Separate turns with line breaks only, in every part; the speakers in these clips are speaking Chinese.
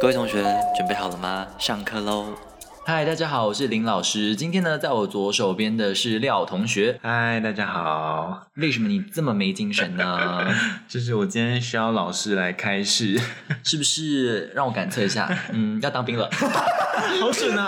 各位同学，准备好了吗？上课喽！
嗨，大家好，我是林老师。今天呢，在我左手边的是廖同学。
嗨，大家好，
为什么你这么没精神 呢？
就是我今天需要老师来开 示，
是不是让我感测一 下？嗯，要当兵了。
好准 啊！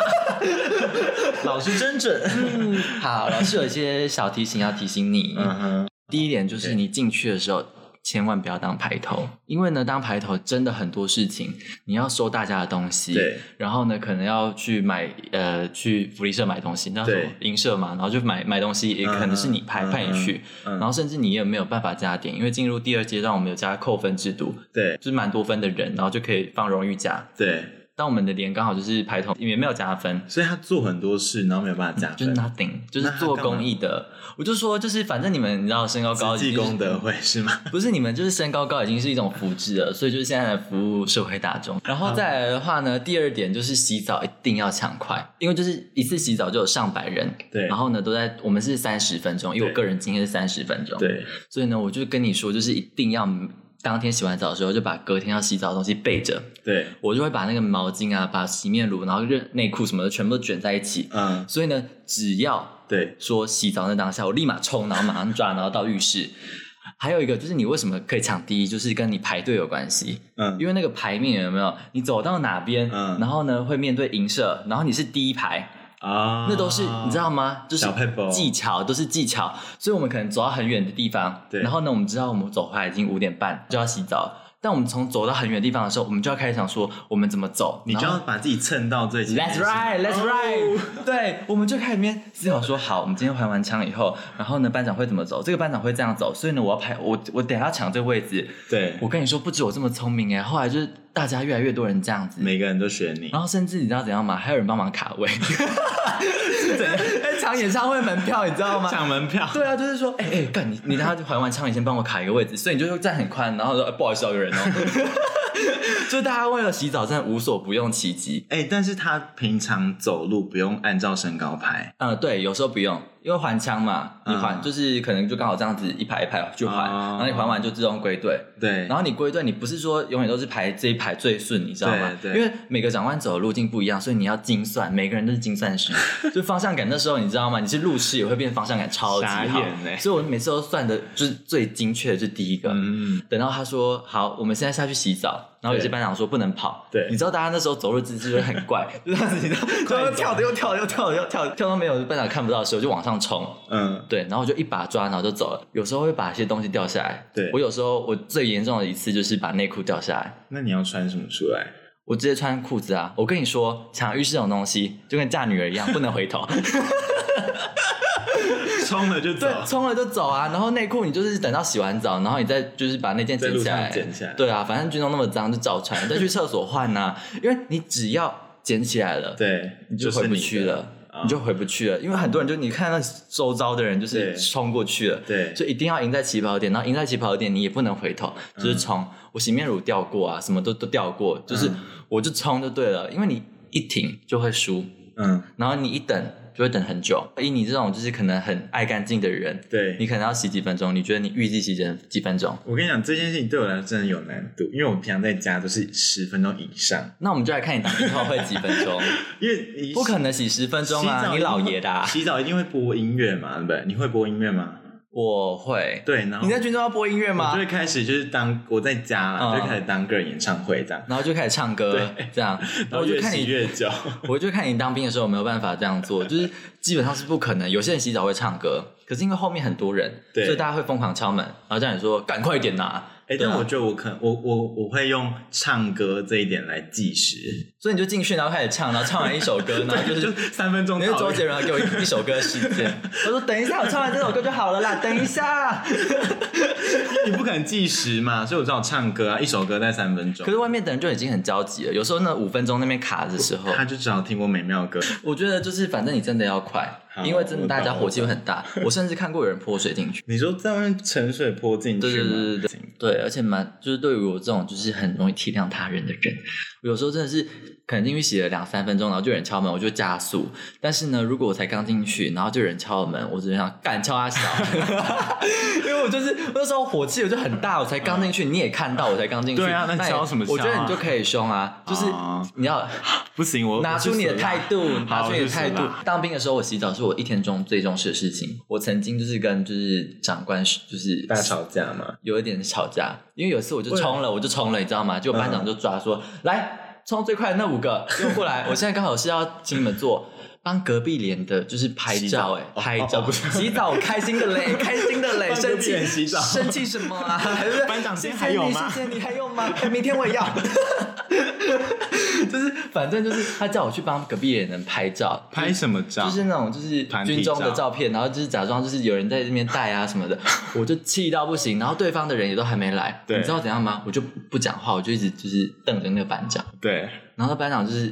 老师真准。
嗯，好，老师有一些小提醒要提醒你。
嗯哼，
第一点就是你进去的时候。千万不要当排头，因为呢，当排头真的很多事情，你要收大家的东西，
对，
然后呢，可能要去买呃去福利社买东西，那
对
银社嘛，然后就买买东西，也可能是你派、
嗯嗯
派你去，
嗯
然后甚至你也没有办法加点，因为进入第二阶段，我们有加扣分制度，
对
就是蛮多分的人，然后就可以放荣誉假，
对，
但我们的连刚好就是排头也没有加分，
所以他做很多事，然后没有办法加
就
分
是。nothing，就是
那他
做
干嘛
公益的。我就说，就是反正你们你知道身高高，
慈济
就是
功德会是吗？
不是你们就是身高高已经是一种福祉了，所以就是现在来服务社会大众。然
啊
后再来的话呢，第二点就是洗澡一定要抢快，因为就是一次洗澡就有上百人，
对
然后呢都在我们是三十分钟，因为我
对
个人今天是三十分钟，，
对，
所以呢我就跟你说，就是一定要当天洗完澡的时候就把隔天要洗澡的东西备着，
对，
我就会把那个毛巾啊、把洗面乳，然后热内裤什么的全部都卷在一起。
嗯，
所以呢，只要
对，
说洗澡那当下，我立马冲，然后马上抓，然后到浴室。还有一个就是你为什么可以抢第一，就是跟你排队有关系，
嗯，
因为那个排面有没有？你走到哪边，
嗯
然后呢会面对银舍，然后你是第一排，
啊，
那都是你知道吗？就是
小 paper
技巧，都是技巧。所以我们可能走到很远的地方，
对
然后呢，我们知道我们走回来已经五点半就要洗澡，但我们从走到很远的地方的时候，我们就要开始想说我们怎么走，
你就
然
要
后
把自己蹭到最前面
That's
是吗
right, that's
哦
right、对，我们就开始面思考说，好，我们今天还完枪以后，然后呢，班长会怎么走？这个班长会这样走，所以呢，我要排我我等下要抢这个位置。
对
我，跟你说，不止我这么聪明哎，后来就是大家越来越多人这样子，
每个人都选你
然，后甚至你知道怎样吗？还有人帮忙卡位，是怎样？哎抢演唱会门票，你知道吗？
抢门票。
对啊，就是说，哎、哎，干、你你等下还完枪，你先帮我卡一个位置，所以你就站很宽，然后说、哎不好意思，有人哦。就大家为了洗澡，真的无所不用其极。
哎，但是他平常走路不用按照身高排，
呃，对，有时候不用，因为还枪嘛，你
嗯
还、就是可能就刚好这样子一排一排去还，
哦
然后你还完就自动归队。
对，
然后你归队，你不是说永远都是排这一排最顺，你知道吗？
对对
因为每个长官走的路径不一样，所以你要精算，每个人都是精算 师。就方向感那时候，你知道吗？你是路痴也会变方向感超级
傻
好
眼，欸
所以我每次都算的就是最精确的，就是第一个。
嗯，
等到他说好，我们现在下去洗澡，然后有些
对
班长说不能跑，
对
你知道大家那时候走路姿势就很 怪，就这样子，你知道，就跳的又跳的又跳的又跳的，跳到没有班长看不到的时候就往上冲，
嗯，
对，然后我就一把抓，然后就走了。有时候会把一些东西掉下来，
对
我有时候我最严重的一次就是把内裤掉下来，
那你要穿什么出 来？
我直接穿裤子啊！我跟你说，抢浴室这种东西就跟嫁女儿一样，不能回头。
冲了就走
对，冲了就走啊！然后内裤你就是等到洗完澡，然后你再就是把那件捡起
在路
来，
上捡起来
对啊，反正军中那么脏，就照穿，再去厕所换呐、因为你只要捡起来了，，
对，
你就回不去了，
啊
你就回不去了。因为很多人就你看到周遭的人就是
对
冲过去了，
对
所以一定要赢在起跑点，然后赢在起跑点你也不能回头，就是冲。我洗面乳掉过啊，什么都都掉过，就是
嗯
我就冲就对了，因为你一停就会输。
嗯，
然后你一等就会等很久。以你这种就是可能很爱干净的人，
对
你可能要洗几分钟。你觉得你预计洗几几分钟？
我跟你讲，这件事情对我来说真的有难度，因为我平常在家都是十分钟以上，
那我们就来看你打电话会几分 钟，
因为你
不可能洗十分钟
洗
啊！
澡
你老爷的啊、
洗澡一定会播音乐嘛，对不对？你会播音乐吗？
我会。
对，然后
啊你在军中要播音乐
我
吗
就会？开始就是当我在家啦，
嗯
就开始当个人演唱会这样，
然后就开始唱歌，这样，
然后
我就
越
看
洗
你，
越 久，
我就看你当兵的时候有没有办法这样做，就是基本上是不可能。有些人洗澡会唱歌，可是因为后面很多人，
对
所以大家会疯狂敲门，然后叫你说赶快一点呐、
哎，
对啊
但我觉得我可我我我会用唱歌这一点来计时，
所以你就进去，然后开始唱，然后唱完一首歌，然后就 是
就三分钟
你
到
是
了。
周杰伦给我一一首歌时 间，我说等一下，我唱完这首歌就好了啦，等一下。
你不可能计时嘛，所以我只好唱歌啊，一首歌在三分钟
可。是外面的人就已经很焦急了，有时候呢五分钟那边卡的时候，
他就只好听我美妙的歌，
我觉得就是反正你真的要快，
好
因为真的大家
我懂
火气会很大。我甚至看过有人泼水进去。
你说在外面沉水泼进去
对
吗？
对对对对对，而且蛮就是对于我这种就是很容易体谅他人的人，我有时候真的是可能进去洗了两三分钟，然后就有人敲门，我就加速。但是呢，如果我才刚进去，然后就有人敲门，我只想干敲他小， 因为我就是我那时候火气我就很大，我才刚进去，你也看到我才刚进去，
对啊那
也
敲什么
我觉
敲
得
啊
你就可以凶啊，就是
啊
你要。
不行，我
拿出你的态度， 拿出你的态度
好我去死啦。
当兵的时候，我洗澡是我一天中最重视的事情。我曾经就是跟就是长官就是
大吵架嘛。
有一点吵架，因为有一次我就冲了，我就冲了，你知道吗？结果班
嗯
长就抓说、来冲最快的那五 个给我过来，我现在刚好是要请你们做。帮隔壁连的，就是拍照哎、
哦
拍照、
哦不是
洗澡，开心的 嘞，开心的嘞，
帮隔壁
生气
人洗澡
生气什么 啊？对不对
班长
谢谢
今天还有
你
吗
谢谢你还有吗？哎明天我也 要。 就是反正就是他叫我去帮隔壁人拍照，
拍什么照？
就是那种就是
团体
军中的
照
照片，然后就是假装就是有人在这边带啊什么的， 我就气到不行。然后对方的人也都还没来，
对
你知道怎样吗？我就不讲话，我就一直就是瞪着那个班长，
对，
然后那班长就是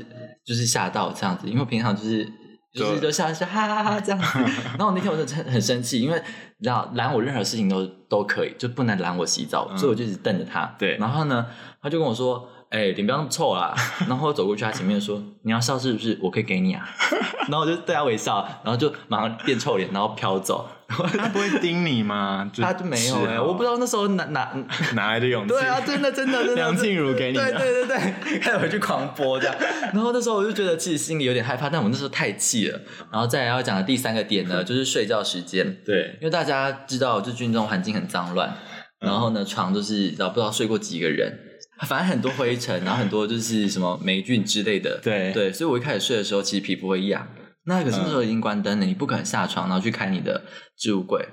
就是吓到这样子，因为我平常就是。就是
就
就笑笑哈哈哈这样子，然后那天我就很很生气，因为你知道拦我任何事情都都可以，就不能拦我洗澡，所以我就一直瞪着他。
对
然后呢，他就跟我说：“哎、脸不要那么臭啦。”然后我走过去他前面说：“你要笑是不是？我可以给你啊。”然后我就对他微笑，然后就马上变臭脸，然后飘走。
他不会盯你吗？
他就没有哎、我不知
道
道那时候哪哪
啊哪来的勇气。
对 啊，真的真的真的，
梁静茹给你的
对对对对， 开始回去狂播这样。然后那时候我就觉得其实心里有点害怕，但我那时候太气了。然后再来要讲的第三个点 呢，就是睡觉时间，
对
因为大家知道，就军中环境很脏乱，
嗯
然后呢床就是然后不知道睡过几个人。反正很多灰尘，然后很多就是什么霉菌之类的，
对
对，所以我一开始睡的时候，其实皮肤会痒。那可是那时候已经关灯了，你不肯下床，然后去开你的置物柜，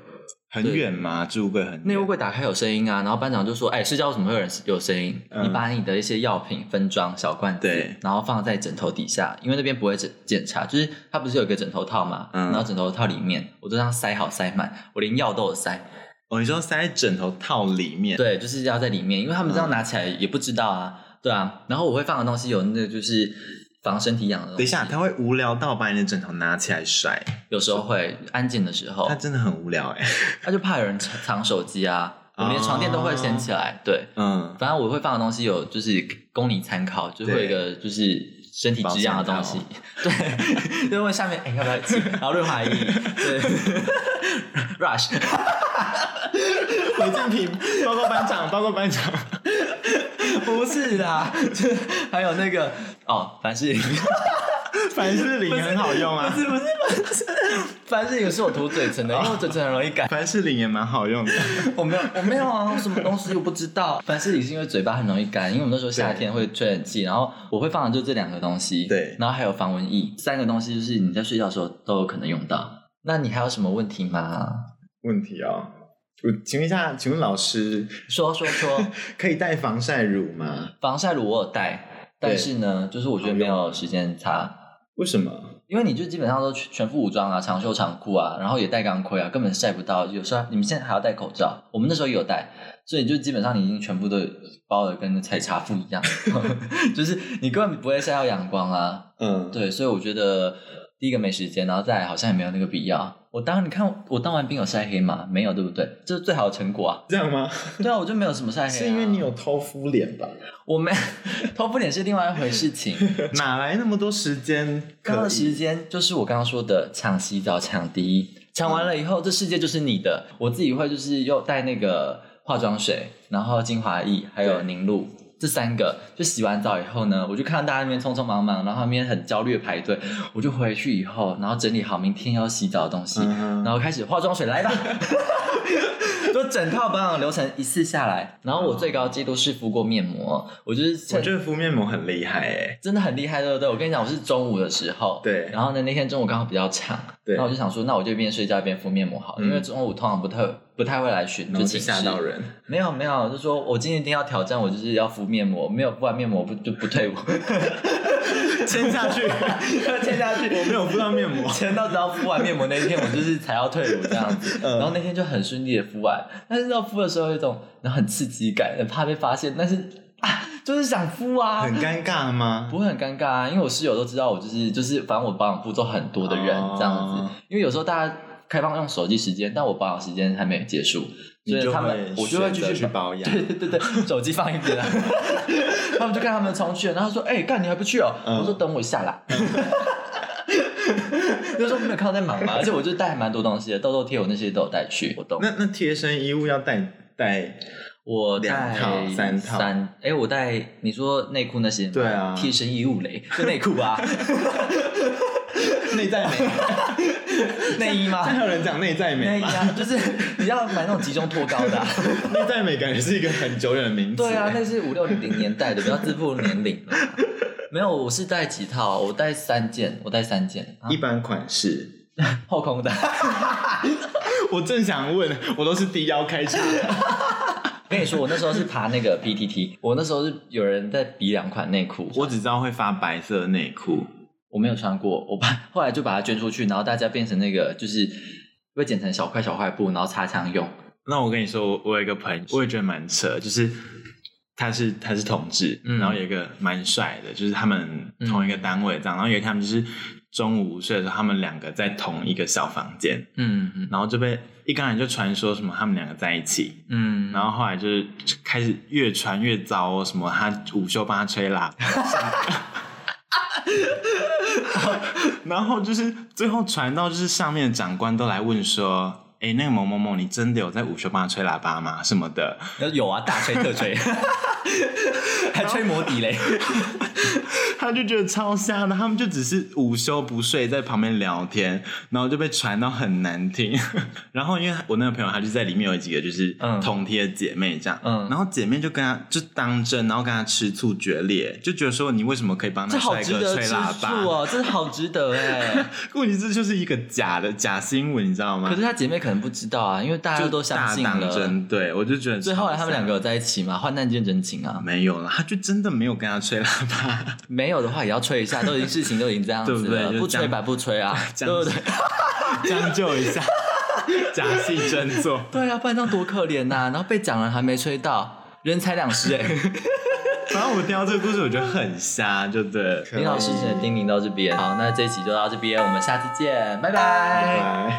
很远嘛，置物柜很
内
远
务柜打开有声音啊，然后班长就说：“哎，睡觉怎么会有人有声音？
嗯
你把你的一些药品分装小罐子
对，
然后放在枕头底下，因为那边不会检检查，就是它不是有一个枕头套嘛，
嗯
然后枕头套里面我都这样塞好塞满，我连药都有塞，
哦，你说塞枕头套里面，
对，就是要在里面，因为他们这样拿起来也不知道啊，对啊，然后我会放的东西有那个就是防身体痒的东西，
等一下，他会无聊到把你的枕头拿起来甩，
有时候会安检的时候
他，真的很无聊哎、
他就怕有人藏藏手机啊，我
哦
们连床垫都会掀起来，对。”
嗯，
反正我会放的东西有，就是供你参考，就会有一个就是身体滋养的东西
保，
对，就问下面哎、要不要 吃，然后润滑液，对 ，rush，
违禁品，报告班 长，报告班长，
不是啦，就是还有那个哦，凡 士林，
凡士林很好用啊
不，是不是不是， 凡士林是我涂嘴唇的，因为我嘴唇很容易干，
凡士林也蛮好用的，
我没有我没有啊，什么东西我不知 道，凡士林是因为嘴巴很容易干，因为我们那时候夏天会吹冷气，然后我会放的就这两个东西，
对
然后还有防蚊液，三个东西就是你在睡觉的时候都有可能用到。那你还有什么问题吗？
问题哦。我请问一下，请问老师
说说说，
可以带防晒乳吗？
防晒乳我有带，
对
但是呢，就是我觉得没有时间擦。
为什么？
因为你就基本上都全全副武装啊，长袖长裤啊，然后也戴钢盔啊，根本晒不到。有时候你们现在还要戴口罩，我们那时候也有戴，所以就基本上你已经全部都包的跟采茶妇一样， 就是你根本不会晒到阳光啊。
嗯，
对，所以我觉得第一个没时间，然后再来好像也没有那个必要。我当你看我当完兵有晒黑吗？没有，对不对？这是最好的成果啊。
这样吗？
对啊，我就没有什么晒黑、啊。
是因为你有偷敷脸吧？
我没 偷敷脸是另外一回事情。
哪来那么多时间
刚
可
刚时
以？
间就是我刚刚说的抢洗澡抢第一，抢完了以后，这世界就是你的。我自己会就是又带那个化妆水，然后精华液，还有
对
凝露。这三个就洗完澡以后呢，我就看到大家那边匆匆忙忙，然后他们那边很焦虑地排队，我就回去以后，然后整理好明天要洗澡的东西，
嗯哼
然后开始化妆水来吧， 就整套保养流程一次下来，然后我最高记录是敷过面膜，我就是趁
我觉得敷面膜很厉害哎、
真的很厉害，对不对？我跟你讲，我是中午的时候，
对
然后呢，那天中午刚好比较长，
对
然后我就想说，那我就一边睡觉一边敷面膜好了，
嗯
因为中午通常不太不太会来巡，
然后就
寝室
吓到。人。
没有没有，就说我今天一定要挑战，我就是要敷面膜，没有敷完面膜我不就不 退伍，
签下 去，
签下去。
我没有敷到面膜。
签到只要敷完面膜那一天，我就是才要退伍这样子。
嗯
然后那天就很顺利的敷完，但是要敷的时候有一种然后很刺激感，很怕被发现，但是啊，就是想敷啊，
很尴尬吗？
不会很尴尬啊，因为我室友都知道我就是就是，反正我保养步骤很多的人、
哦
这样子。因为有时候大家开放用手机时间，但我保养时间还没有结束，所以他们我就会觉
继续
得
去保养。
对对对对，手机放一边、啊， 他们就看他们冲去了，然后说：“哎、干你还不去哦？”
嗯
我说：“等我一下啦。”就说没有看到在忙嘛，而且我就带蛮多东西的，痘痘贴我那些都有带去活动。
那那贴身衣物要带带，
我
两
带
套三套
三哎、我带你说内裤那些吗，
对啊
贴身衣物嘞，就内裤 啊，
内在美，
内衣吗
还？有人讲内在
内
美
衣
吗？
啊，就是你要买那种集中脱高 的啊、
内在美感觉是一个很久远的名字。
对啊，那是五六零年代的，不要自负年龄了。没有，我是带几套，啊我带三件，我带三件，啊
一般款式。
后空的。
我正想问，我都是低腰开叉。
跟你说，我那时候是爬那个 PTT，我那时候是有人在比两款内裤，我
我只知道会发白色内裤，
我没有穿过，我把后来就把它捐出去，然后大家变成那个就是会剪成小块小块布，然后擦枪用。
那我跟你说，我我有一个朋友，我也觉得蛮扯，就是他是他是同志，
嗯
然后有一个蛮帅的，就是他们同一个单位这样，然后有一天他们就是中午午睡的时候，他们两个在同一个小房间，
嗯嗯
然后就被一刚才就传说什么他们两个在一起，
嗯，
然后后来就是开始越传越糟哦，什么他午休帮他吹喇叭。 然后就是最后传到，就是上面的长官都来问说：“哎，那个某某某，你真的有在午休帮他吹喇叭吗？什么的？”
有啊，大吹特吹， 还吹摩底嘞。
他就觉得超瞎的，他们就只是午休不睡，在旁边聊天，然后就被传到很难听。 然后因为我那个朋友，他就在里面有几个就是
嗯
同贴姐妹这样，
嗯
然后姐妹就跟他就当真，然后跟他吃醋决裂，就觉得说你为什么可以帮
这
那
好
帅
值
哥
得
吹
吃
喇
醋
叭？
哦，这好值得 哎。
问题这就是一个假的假新闻，你知道吗？
可是她姐妹可能不知道啊，因为大家
就
都相信
大当
了。
真，对我就觉得
所以后来他们两个有在一起嘛，患难见真情啊。
没有了，他就真的没有跟他吹喇 叭。
没有的话也要吹一下，都已经事情都已经这样子了，
对 不对就是这
吹
样
白不吹啊，
这
对
样
不
子
对？
将就一下， 假戏真做。
对啊，不然这样多可怜呐、然后被讲了还没吹到， 人财两失哎、
反正我听到这个故事，我觉得很瞎，就对了。
林老师只能叮咛到这边，好，那这一期就到这边，我们下次见，拜拜
拜拜。